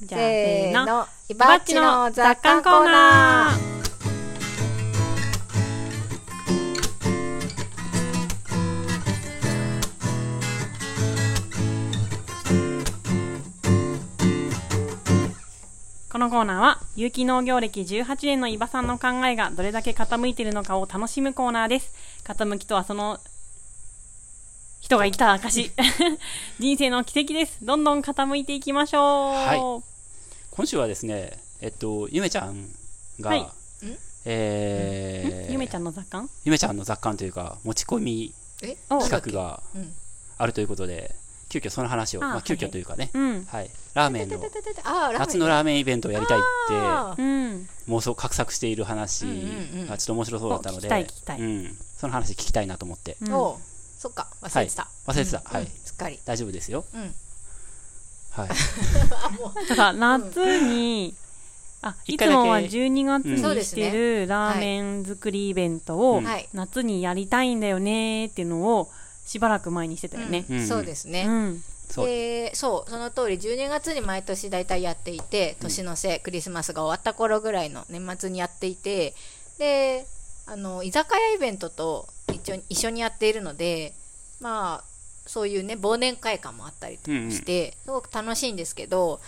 じゃあせーの、イババッッチチのの雑雑感感ココーーナナー。ーこのコーナーは有機農業歴18年の伊庭さんの考えがどれだけ傾いているのかを楽しむコーナーです傾きとはその人が生きた証人生の奇跡ですどんどん傾いていきましょうは今週はですね、えっと、ゆめちゃんが、はいんえーゆめちゃんの雑感ゆめちゃんの雑感というか、持ち込みえお企画がうん。あるということで、急遽その話を、あまはあ、い急遽というかね、うん。はい、ラーメンの、あー、ラーメン夏のラーメンイベントをやりたいって、あーうん。妄想、画策している話うんうんうんがちょっと面白そうだったので、お聞きたい聞きたいうん、その話聞きたいなと思って、うんおうそっか、忘れてた。忘れてた、はうんい、すっかり。大丈夫ですよ。うん。はい、あ、もなんか夏に、あ、い一つ回だけもは12月うんそうでにすしねてるラーメン作りイベントうをんはい夏にやりたいんだよねーっていうのをしばらく前にしてたよね。う、うんそうですうね。ん。そう、でそうその通り12月に毎年大体やっていて年の瀬、クリスマスが終わった頃ぐらいの年末にやっていてであの居酒屋イベントと一緒に一緒にやっているのでまあそういうね忘年会感もあったりとかして、すごく楽しいんですけどやっ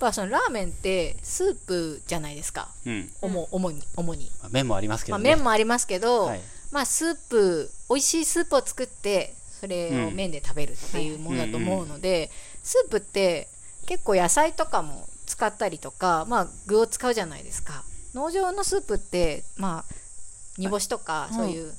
ぱそのラーメンってスープじゃないですかうん、主主に主に、まあ麺もありますけまあ、どね。麺もありますけど、はいまあ、スープ美味しいスープを作ってそれを麺で食べるっていうものだと思うので、スープって結構野菜とかも使ったりとか、まあ、具を使うじゃないですか農場のスープって、まあ、煮干しとかいそういう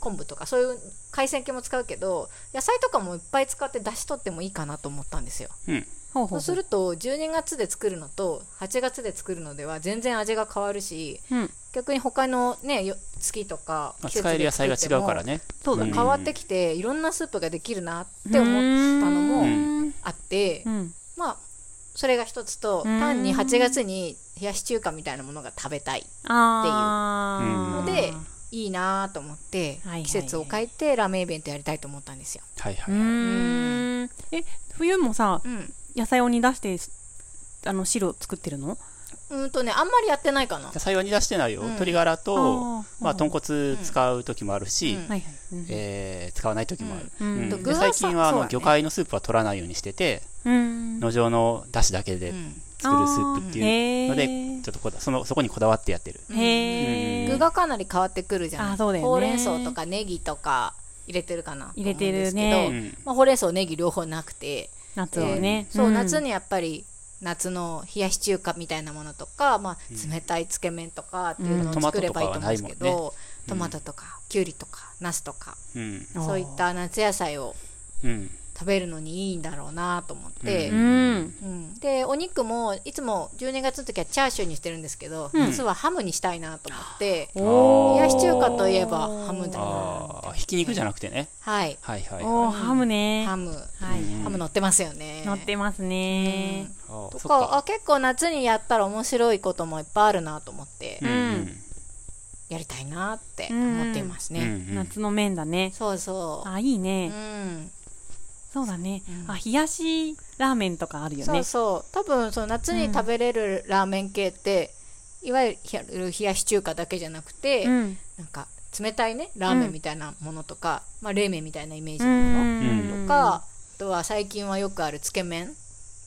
昆布とかそういう海鮮系も使うけど野菜とかもいっぱい使って出し取ってもいいかなと思ったんですようん、ほうほそううほすう。ると12月で作るのと8月で作るのでは全然味が変わるしうん。逆に他のねよ月とかまあ、季節使えるで野作菜ってがも違うからね。そうだんね。変わってきていろんなスープができるなって思ったのうもん。あってうん。まあそれが一つとうん単に8月に冷やし中華みたいなものが食べたいあー。のでいいなと思ってはいはいはい季節を変えてラーメンイベントやりたいと思ったんですよ。はいはういはい。ーん。え、冬もさ、うん野菜を煮出して、あの、汁を作ってるのうんとねあんまりやってないかな野。菜は煮出してないよ、うん鶏ガラあとーまあ豚骨使う時もあるし、うんはいはい。うんえー使わない時もある、うんうんうんとで具はさ最近はあそうだのね魚介のスープは取らないようにしてて、うん。農場の出汁だけうでん作るスープっていうので、あーへーちょっとこだそのそこにこだわってやってる、へー具がかなり変わってくるじゃないあそうだよねほうれん草とかネギとか入れてるかな入れてるねと思うんうですけどんまあ、ほうれん草ネギ両方なくて夏はね。そう、ん夏。にやっぱり夏の冷やし中華みたいなものとか、まあ、冷たいつけ麺とかっていうのをうん作ればいいと思うんですけトマトとかはないもど、トマトとかきゅうりとかナスとか、うんあーそういった夏野菜をうん食べるのにいいんだろうなと思って、ううんん。でお肉もいつも12月の時はチャーシューにしてるんですけど、うん夏はハムにしたいなと思って、おー冷やし中華といえばハムだなああひき肉じゃなくてねはいはいはいおはーハムね。ハム、はいうんハム乗ってますよね乗ってますね。いあーとそっかあか結構夏にやったら面白いこともいっぱいあるなと思って、うんうんやりたいなって思っていますね、うんうん夏の麺だね。そうそうあ、いいうね。んそうだねう。んあ、冷やしラーメンとかあるよそねう。そう多分その夏に食べれるラーメン系って、いわゆる冷やし中華だけじゃなくて、うん。なんか冷たいねラーメンみたいなものとか、まあ、冷麺みたいなイメージうのもの、ん。とかあとは最近はよくあるつけ麺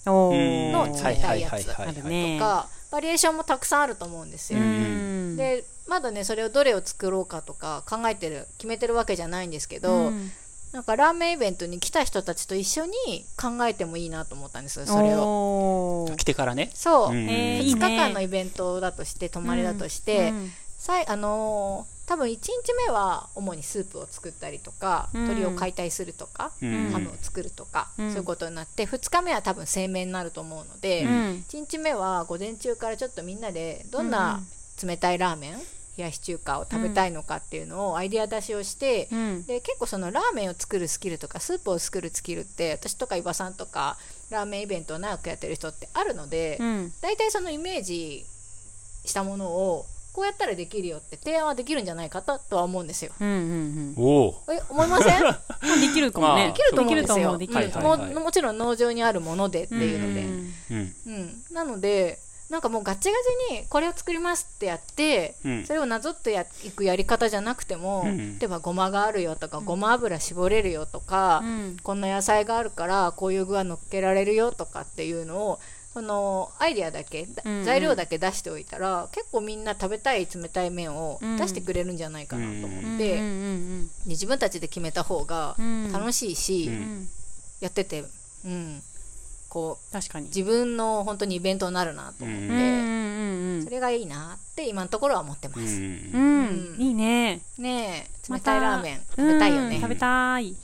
おうんーの冷たいやつははあはるはいね。がバリエーションもたくさんあると思うんですよ、うん。でまだねそれをどれを作ろうかとか考えてる決めてるわけじゃないんですけど、うんなんかラーメンイベントに来た人たちと一緒に考えてもいいなと思ったんですよそれをおー来てからねそう、うんえーいい2日ね間のイベントだとして泊まりだとして、うんさいあのー多分1日目は主にスープを作ったりとか、うん鶏を解体するとか、うんハムを作るとか、うんそういうことになって2日目は多分製麺になると思うので、うん1日目は午前中からちょっとみんなでどんうなん冷たいラーメン冷やし中華を食べたいのかっていうのをアイデア出しをして、うん。で結構そのラーメンを作るスキルとかスープを作るスキルって私とか伊庭さんとかラーメンイベントを長くやってる人ってあるので、うん。大体そのイメージしたものをこうやったらできるよって提案はできるんじゃないかととは思うんですよ。うんうんおおえ思いま せんでうん。できるかもね。まあきると思うんですよ。できると思うできると思うはいはいはういんももちろん農場にあるものでっていうので。うんうん、なのでなんかもうガチガチにこれを作りますってやって、うんそれをなぞってやいくやり方じゃなくても、うん例えばごまがあるよとかごま油絞れるよとか、うんこんな野菜があるからこういう具は乗っけられるよとかっていうのをそのアイディアだけ、だうんうん材料だけ出しておいたら結構みんな食べたい冷たい麺をうん出してくれるんじゃないかなと思で、って、うんでうん自分たちで決めた方がうん楽しいし、ううんん。やってて、うん、こう確かに。自分の本当にイベントになるなと思って、うんうんそれがいいなって今のところは思ってまうす、うんうんん。ううんん。いいね。ねえま冷たたいラーメン食べたいよね、うん食べたい。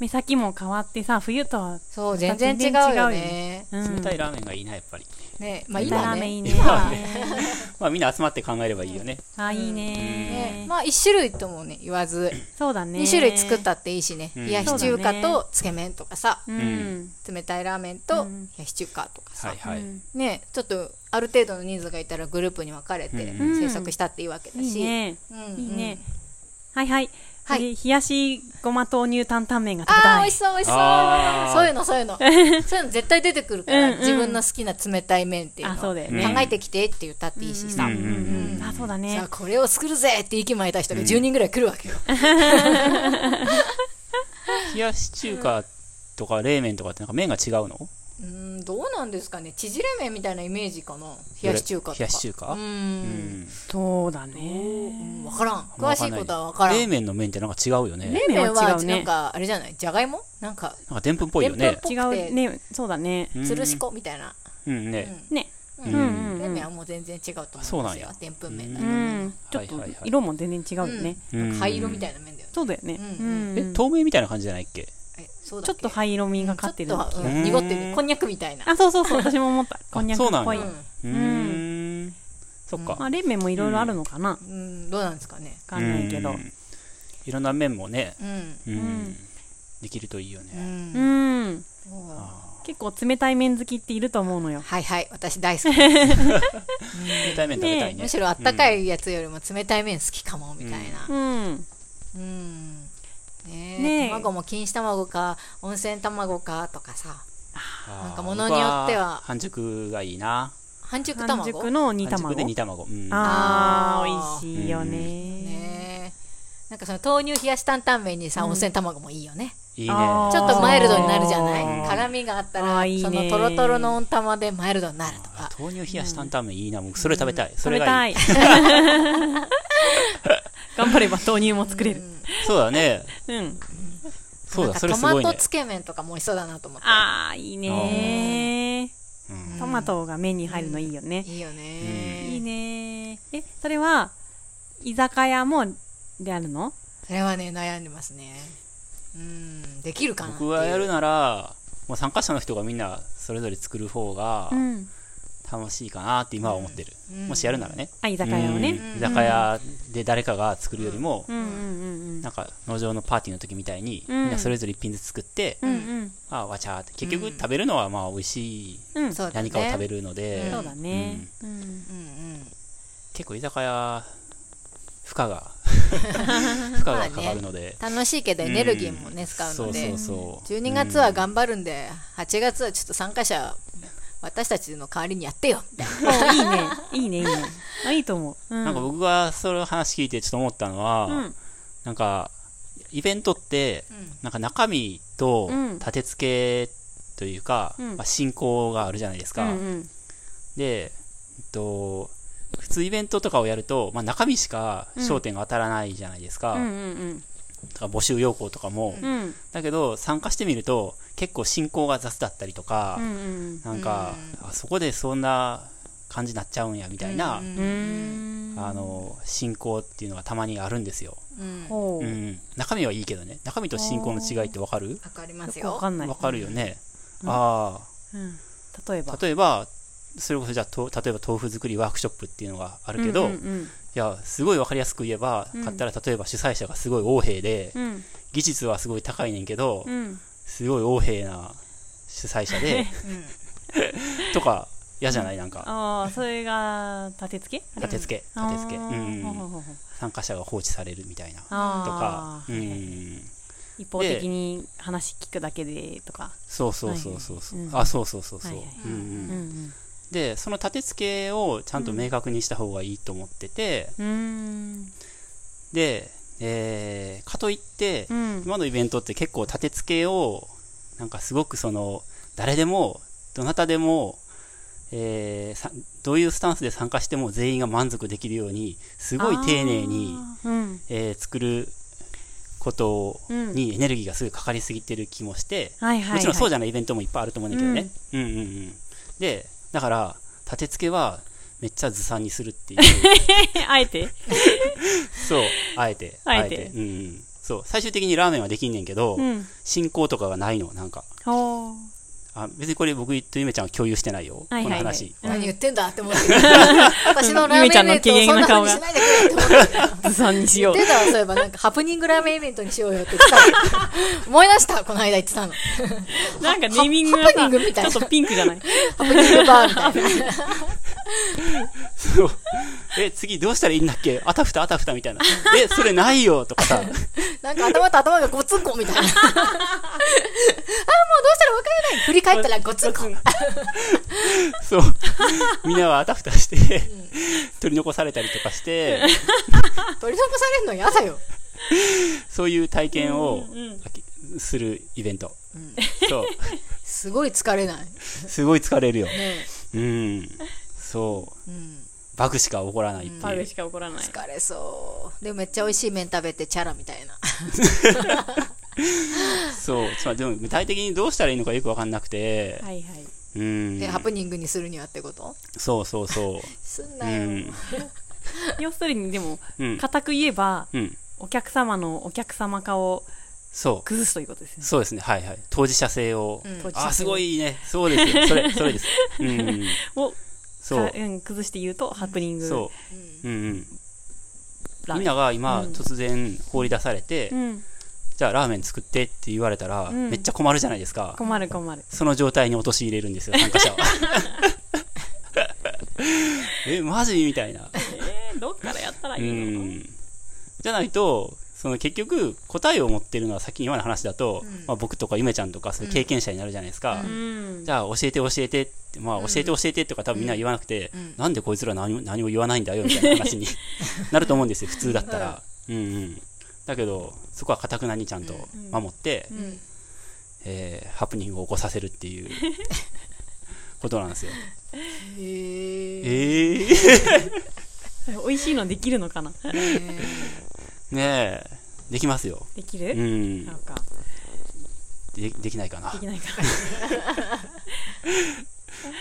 目先も変わってさ、冬とは。そう全然違うよねうん冷たいラーメンがいいなやっぱりねえまあ冷たいラ今ーメンいいねね。今は まあみんな集まって考えればいいよねあ、いいねね。まあ1種類ともね言わず、そうだね。 2種類作ったっていいしね、うん冷やし中華とつけ麺とかさ、うんん。冷たいラーメンとう冷んやし中華とかさ、はいはいうんねえちょっとある程度の人数がいたらグループに分かれてうん制作したっていいわけだいいし、ね。うんいいうんね。はいはい。はでい冷やしごま豆乳担々麺が食べあーたい美味し。そう美味しあそうーそういうのそういう のそういうの絶対出てくるかうらんうん自分の好きな冷たい麺っていうのあそうだよね考えてきてって言ったっていいしさ、うんうんあ、そうださあね。これを作るぜって息巻いた人が10人ぐらい来るわけよ、冷やし中華とか冷麺とかってなんか麺が違うのうーん、どうなんですかね縮れ麺みたいなイメージかな冷やし中華とか冷やし中華うーうんんそうだうね。ん分からんあんまわ詳しかんいなことは分からん冷麺の麺ってなんか違うよねね冷麺は麺は違うねなんかあれじゃないじゃがいもなんかなんかでんぷんっぽいよでんぷんねっぽ違くてうね。そうだね。うんつるしこみたいな、うんねね。ううんん冷うん麺はもう全然違うと思うんですそうよなんやでんぷん麺うだと思いまんす。ちょっとはいはいはい色も全然違うよね。うん灰色みたいな麺だよねそうだよね。ううんんえ透明みたいな感じじゃないっけえそうだちょっと灰色みがかってるちょの。っと、うあ、ん濁ってるうんこんにゃくみたいなそうそうそう。私も思った。こんにゃくそうなっんぽだい。ううんーんそっまあ、か冷麺もいろいろあるのかな。わうん、うんどうなんですかねかんないけうど。んいろんな麺もねうんうんんできるといいようねん、うん。そうあ結構冷たい麺好きっていると思うのよ。はいはい私大好きー冷たい麺食べたいねむしろあったかいやつよりも冷たい麺好きかもみたいなうん。うん、ねえねえ卵も錦糸卵か温泉卵かとかさあーなんか物によっては僕半熟がいいな半熟半卵熟の煮半熟卵で。煮卵うんあー、美味しいよね。ねえなんかその豆乳冷やし担々麺にさ、うん温泉卵もいいよねいいねあーちょっとマイルドになるじゃないあー辛みがあったあらーいいねそのトロトロの温玉でマイルドになるとか豆乳冷やし担々麺いいな僕それ食べたいそ食れべがたいいい。 頑張れば豆乳も作れる。そうだねうん。そうなんかだそれトすごマいトねつけ麺とかも美味しそうだなと思ってあー、いいねうんー。トマトが麺に入るのいいよね。いいよねいいねー。え、それは、居酒屋もであるのそれはね悩んでますねうんできるかなっていう僕はやるならもう参加者の人がみんなそれぞれ作る方がうん。楽しいかなって今は思ってる、うんもしやるならねあ、居酒屋をね。うん居酒屋で誰かが作るよりも、うんうんうんなんか農場のパーティーの時みたいに、うんみんなそれぞれ一品ずつ作って、うん。うんあわちゃーって結局食べるのはまあ美味しい うん。うん。そそうだね何かを食べるので、うだね。うん。うんうん結構居酒屋負荷が 負荷がかかるので、楽しいけどエネルギーもねん使うのでそうそうそう12月は頑張るんで8月はちょっと参加者私たちの代わりにやってよみたいなおいいね。いいね、いい ね。あ、いいと思う。うなんか僕がその話聞いてちょっと思ったのは、うんなんかイベントってんなんか中身とうん立て付けというか、うんまあ、進行があるじゃないですうか、んうん。で、えっと、普通イベントとかをやると、まあ、中身しか焦点が当たらないじゃないですか,、うんうんとか募集要項とかも、うん。うん。だけど参加してみると結構進行が雑だったりとかう、んなんか、あそこでそんな感じになっちゃうんやみたいな、うん。うん。あの進行っていうのがたまにあるんですよ、うんわほうう。ん、中身はいいけどね中身と進行の違いってわかるかりますよくわよかんないわ。かるよね、あうん例えばあ。例えばそれこそじゃあと例えば豆腐作りワークショップっていうのがあるけど、うんうんいやすごいわかりやすく言えば、うん買ったら例えば主催者がすごい横兵で、うん。技術はすごい高いねんけど、うん。 すごい横兵な主催者でうんとか嫌じゃないなんかああ、それが、立て付け立て付け立て付け、あうーんほうほうほうほう参加者が放置されるみたいなとあか、ーうはいはいん、一方的に話聞くだけで、とか。そうそうそうそうそう、はいうんあそうそうそうそう、はいはいうんううんんでその立て付けをちゃんと明確にした方がいいと思ってて、うん。で、えーかといって、うーん。うん。今のイベントって結構立て付けをなんかすごくその誰でもどなたでも、えーさどういうスタンスで参加しても全員が満足できるようにすごい丁寧に、あー。うん。えー作ることうんにエネルギーがすぐかかりすぎてる気もして、はいはい、はい。もちろんそうじゃゃないイベントもいっぱいあると思うんだけどね、うん、うんうんでだから立て付けはめっちゃずさんにす るっていうない。あえて。そうあえて あえてうんうん、そう最終的にラーメンはできんねんけど、うん。進行とかがないの、なんか。ほう。あ別にこれ僕とゆめちゃんは共有してないよ。はいはいはいこの話。うん何言ってんだって思 ってる私のラーメンイベントをそんな風にしないでくれって思って るずさんにし言よっう。てたわそういえばなんかハプニングラーメンイベントにしようよって言ってた 思い出したこの間言ってたのなんかネーミングがハさ、ハプニングみたいなちょっとピンクじゃ ないハプニングバーみたいなそう。え、次どうしたらいいんだっけあたふたあたふたみたいな。 え、それないよとかさ。なんか頭と頭がごつんこみ たいなあーもうどうしたらわからない振り返ったらごつんこそう。みんなはあたふたして、取り残されたりとかして、取り残されるの嫌だよそういう体験をうんうんあきするイベント。そう。すごい疲れないねすごい疲れるよ。えうん。そう。うんバグしか起こらないってパいグう。しか起こらない。疲れそうでもめっちゃ美味しい麺食べてチャラみたいなそう。つまりでも具体的にどうしたらいいのかよくわかんなくて。はいはい。うん。でハプニングにするにはってことそうそ うそう。すんうなよ、ん。要するに、でも、うん。固く言えば、うん。お客様のお客様化をそ崩すということですう。よね。そうですね。はいはい。当事者性を。うん当事者性あ、すごいね。そうですよ。そ れ、それです。うん。をそかうん、崩して言うと、ハプニンう。グそうんう。うんうん。ラーメンみんなが今、うん突然放り出されてう、ん。じゃあラーメン作ってって言われたら、うんめっちゃ困るじゃないですか。困る困る。その状態に陥れるんですよ、参加者は。 え、マジみたいな。えー、どっからやったらういいの、ん。じゃないと、その結局、答えを持ってるのはさっき今の話だと、うんまあ僕とかゆめちゃんとか、そういう経験者になるじゃないですか。うんうんじゃあ教えて教えてって、まあうん教えて教えてとか多分みんな言わなくて、うんなんでこいつら何も何も言わないんだよみたいな話になると思うんですよ、普通だったら。うんうん。だけど、そこはかたくなにちゃんとうん守って、うんえーハプニングを起こさせるっていう ことなんですよ。へええー、美味しいのできるのかなねえ、できますよ。できうる、ん。なんか、でできないかなで。きないか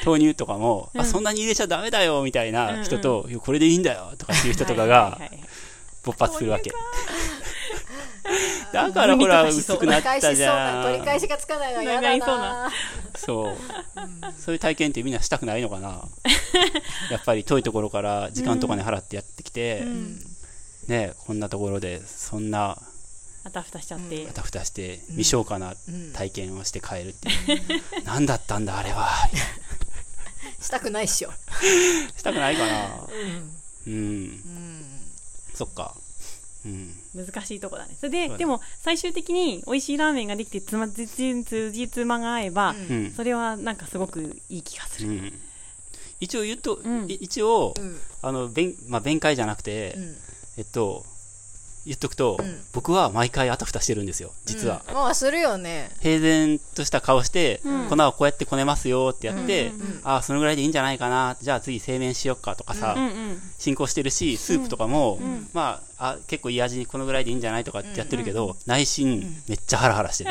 豆乳とかも、うあ、んそんなに入れちゃダメだよみたいな人と、ういやこれでいいんだよとかっていうな。人とかはがいはいはいはい勃発するわけ。だからほら、耳とかしそう薄くな取っり返たしそじうな取ゃりん。返しがつかないのは長嫌だいそうななそう。そういう体験ってみんなしたくないの かなやっぱり遠いところから時間とかに払ってやってきて、うんね、こんなところでそんなあたふたしちゃってあ。たふたして未消化なうん体験をして帰るっていう。 何だったんだあれは。したくないっしょ、したくないかな。ううん。んそっか。うん。難しいとこだね。それで、そうだねでも、最終的に美味しいラーメンができて、つま、つじ、つじつまが合えば、うんうん。それはなんかすごくいい気がすうる。ん、一応言うと、んい一応、うんあの、弁、まあ、弁解じゃなくて、うんえっと、言っとくと、うん僕は毎回あたふたしてるんですよ、実は。うんまあするよね平然とした顔して、うん粉をこうやってこねますよってやって、うんうんああ、そのぐらいでいいんじゃないかな、じゃあ次製麺しよっかとかさ、うんうん。進行してるし、スープとかも、うんまああ、結構いい味にこのぐらいでいいんじゃないとかってやってるけど、内心、めっちゃハラハラ してる。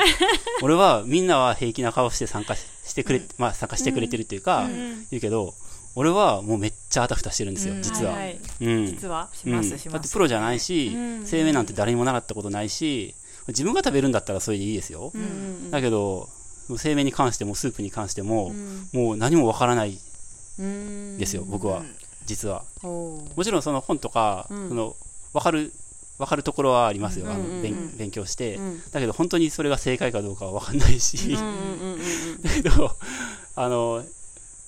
俺は、みんなは平気な顔して参加ししてくれ、まあ参加してくれてるっていうか、ん言うけど、俺はもうめっちゃあたふたしてるんですよ、うん実は。いいうん実は。しますしうん、だまってすプロじゃないし、うん製麺なんて誰にも習ったことないし自分が食べるんだったらそれでいいですよ、うんうんだけど製麺に関してもスープに関してもう、ん。もう何もわからないうん。ですよ、僕は実はおーもちろんその本とか、うんその分かる分かるところはありますよ、あうんうんうのん勉勉強して、うんだけど本当にそれが正解かどうかは分かんないし、 うんうんうんうんだけどあの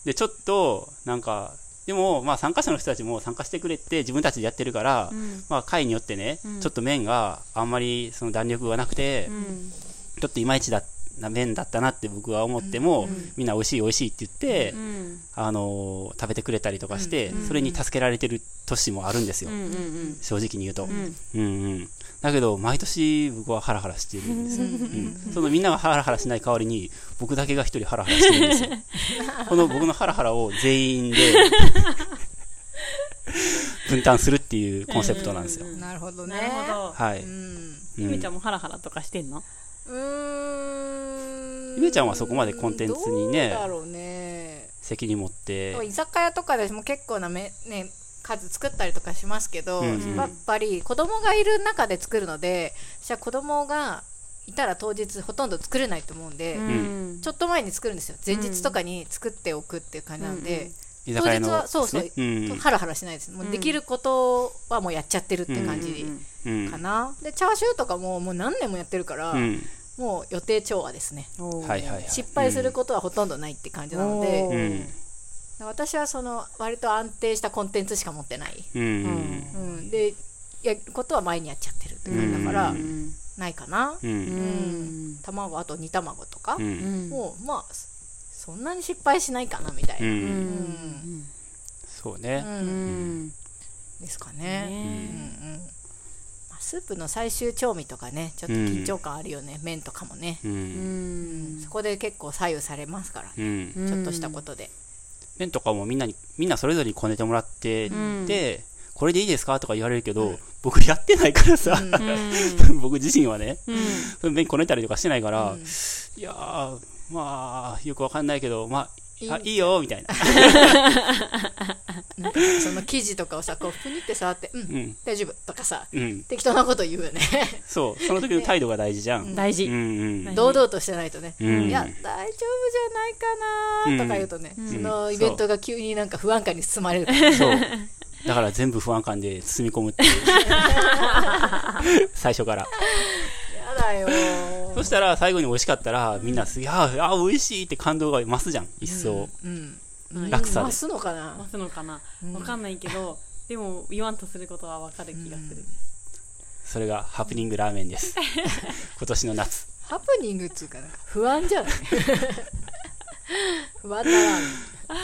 で、ちょっと、なんか、でも、まあ、参加者の人たちも参加してくれて、自分たちでやってるから、うんまあ、会によってね、うんちょっと麺があんまりその弾力がなくて、うんちょっといまいちだな麺だったなって僕は思っても、うんみんな美味しい美味しいって言って、うんあのー食べてくれたりとかして、うんそれに助けられてる年もあるんですよ、うんうん正直に言うとう、んうんうんだけど毎年僕はハラハラしてるんですよ、うん、そのみんながハラハラしない代わりに僕だけが一人ハラハラしてるんですよこの僕のハラハラを全員で分担するっていうコンセプトなんですよ、うなるほどね、なるほどはいうんうんゆめちゃんもハラハラとかしてんのうーんゆめちゃんはそこまでコンテンツにねどうだろうね責任持ってでも居酒屋とかでも結構なめ、ね、数作ったりとかしますけど、うんうんやっぱり子供がいる中で作るので私は子供がいたら当日ほとんど作れないと思うんで、うんちょっと前に作るんですよ前日とかに作っておくっていう感じなんで、居当酒屋日のはそうそう、ですねハラハラしないですもうできることはもうやっちゃってるって感じうんうんかな、でチャーシューとかももう何年もやってるから、うんもう予定調和ですねおーはいはいはい失敗することはほとんどないって感じなので、うんうん私はその割と安定したコンテンツしか持ってない、うんうんうん、でやることは前にやっちゃってるって感じだから、ううんないかな、うんうんうん卵あと煮卵とかうう、んんもうまあそんなに失敗しないかなみたいうな、うんんそううねんうんですかねねうんえうんまあスープの最終調味とかねちょっと緊張感あるよね、麺とかもね、ううんんそこで結構左右されますから、うんうんちょっとしたことで、麺とかもみんなにみんなそれぞれにこねてもらってうんでこれでいいですかとか言われるけど僕やってないからさうんうん僕自身はねうん麺こねたりとかしてないからうんいやーまあよくわかんないけどまいいああいいよみたいななんかその生地とかをさこうふにって触って「うん、うん大丈夫」とかさうん適当なこと言うよねそうその時の態度が大事じゃん大う事んうん堂々としてないとね「うんいや大丈夫じゃないかな」とか言うとね、うんそのイベントが急になんか不安感に包まれるからそう。だから全部不安感で包み込むっていう。最初から。やだよそしたら最後に美味しかったら、みんなすげえ、あーあー、美味しいって感動が増すじゃん。一層。うん、うん楽さで増すのかな回すのかな、うんわかんないけどでも言わんとすることはわかる気がする、それがハプニングラーメンです。今年の夏。ハプニングっつうかなんか不安じゃない 不安だな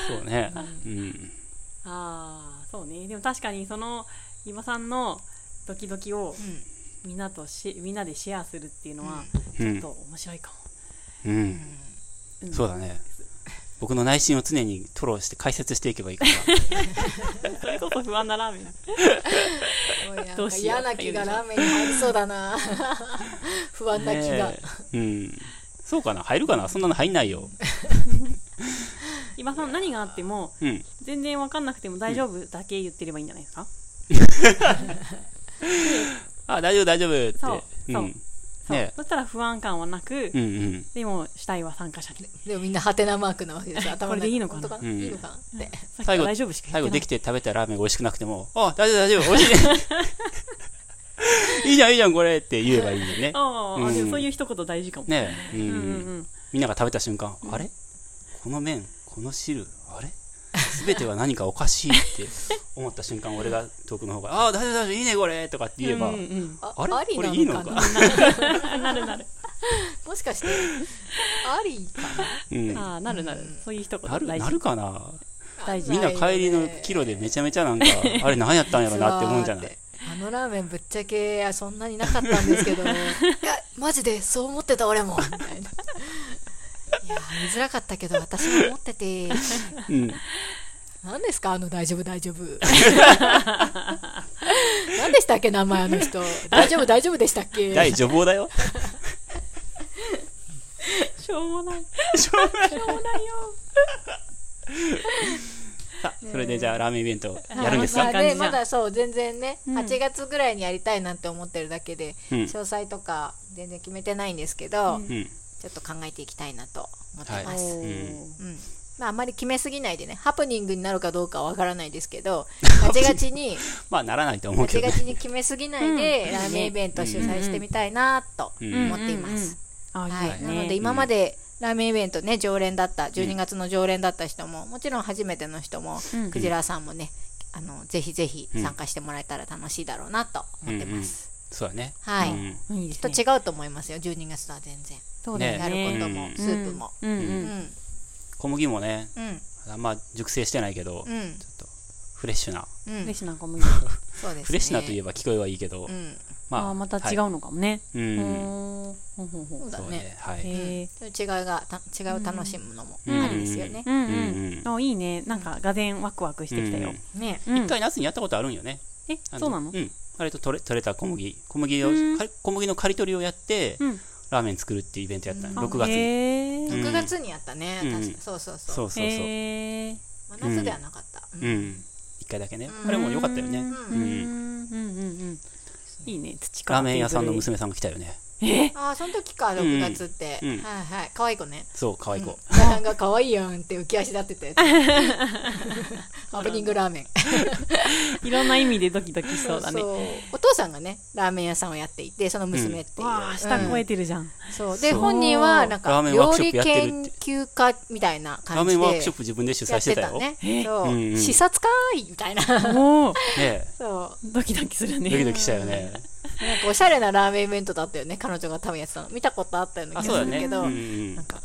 そうね。うん。ああそうねでも確かにその伊庭さんのドキドキをみんなとしみんなでシェアするっていうのはうちょっんと。面白いかも、うん。うんそうだね。僕の内心を常に吐露して解説していけば いいから。それこそ不安なラーメンうんもうなんどうかしよう嫌な気がラーメンに入りそう だな不安な気が、ねえうん。そうかな入るかなそんなの入んないよ。伊庭さん何があってもうん。全然わかんなくても大丈夫だけ言ってればいいんじゃないですか、あ、大丈夫大丈夫って。そうそううん。そうねそしたら不安感はなく、うんうん。でも主体は参加者にでもみんなハテナマークなわけですよこ頭の中れでいいのかな本当うんいいのかなって、さっきか最ら後大丈夫しか言って最後なでいきて食べたラーメンが美味しくなくても、あ、大丈夫大丈夫、 美味し い。いいじゃんいいじゃんこれって言えばいいんだよね。ああ、うんでもそういう一言大事かも、ねえ、うんううんうんんうんみんなが食べた瞬間、あれこの麺、この汁、あれすべては何かおかしい って思った瞬間、俺が遠くの方が、ああ、大丈夫大丈夫、いいねこれとかって言えば、うんうん ああれありこなれいいののかなかうん、なるなる もしかしてありかうんなああなるなる、そういう一言る、大事なるかなな大事みんな帰りのキロでめちゃめちゃなん か、あれ何やったんやろなって思うんじゃなそうだいあのラーメンぶっちゃけそんなになかったんですけ どいやマジでそう思ってた俺もみたいないや見づらかったけど私も思っててうん。何ですかあの大丈夫大丈夫何でしたっけ名前あの人大丈夫大丈夫でしたっけ大女房だ よ。しょうもないしょうがないしょう もないよさあそれでじゃあラーメンイベントやるんですかまあ感じじね、ゃんまだそう全然ね、うん8月ぐらいにやりたいなんて思ってるだけで、うん詳細とか全然決めてないんですけど、うんうん。ちょっと考えていきたいなと思ってます、おーうんまあ、あまり決めすぎないでねハプニングになるかどうかはわからないですけ どガチガチにまあならないと思うガけチどガね。チに決めすぎないで、ラーメンイベントを主催してみたいなとうん思っています、うんうんうんああいいはでい、すなねので今までラーメンイベントね常連だった12月の常連だった人も、もちろん初めての人も、うんクジラさんもねあのぜひぜひ参加してもらえたら楽しいだろうなと思ってます、そうだね。はい、うんうんいいでちすょねっと違うと思いますよ12月とは全然、そうだよやねることも、うんスープもうんうんううんん小麦もね、うんあんま熟成してないけど、うちょんっとフレッシュな、うん、フレッシュな小麦そうですねフレッシュなといえば聞こえはいいけど、うんまあ、あーまたはい違うのかもね、う。うんんほんほんほんそうだそうねね。はい。へえちょっと違いがた違いを楽しむのもうんありですよねう、んうんうんうんあいいねなんかがぜんワクワクしてきたよ、ねうん一回夏にやったことあるんよね。えあそうなのうん。割と取れ取れた小麦。小麦を、うんか小麦の刈り取りをやって、うんラーメン作るっていうイベントやったうんの、6月に。へえうん6月にやったね、うん確かそうそうそうそうそうそう。へえ真夏ではなかった、ううんん。一回だけねう。んあれも良かったよねう。んうんうんうんいいね土からラーメン屋さんテーブのル娘さんが来たよね。ああその時かん6月って、うんはいはい可愛い子ねそう、可愛い子。なんか可愛いやんって浮き足立って たやつハプニングラーメンいろんな意味でドキドキしそうだねそうお父さんがねラーメン屋さんをやっていてその娘っていう、わあ舌超えてるじゃん、うんそうでそう本人はなんラーかメンワー料クショ理ップやってる研究家みたいなラー感メじンでワークショップ自分で主や催っしててたたよ。ねえそう、うんうん視察かーいみたいなおおねそうドキドキするえねドキドキしたよね。なんかおしゃれなラーメンイベントだったよね彼女が多分やってたの見たことあったようなあ、気そうがだするね。けうんど、うんなんか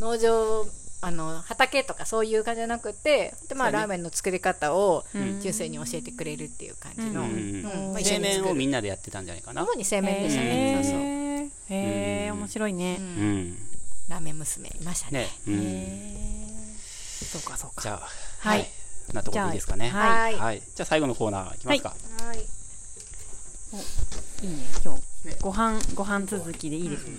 農場あの畑とかそういう感じじゃなくてで、まあそうだねラーメンの作り方をうん中世に教えてくれるっていう感じの、うんううんんまあ、一緒製に麺作をみるんなでやってたんじゃないかな。主に製麺でしたね、へえーそうそう、へえうん面白いねう、うんん。ラーメン娘いましたねねえ。うんへえそうかそうかじゃあ、はいはい。こんなところでいいですかね。じゃはいはい。じゃあ最後のコーナーいきますか。はいいいね今日ご飯ご飯続きでいいですね、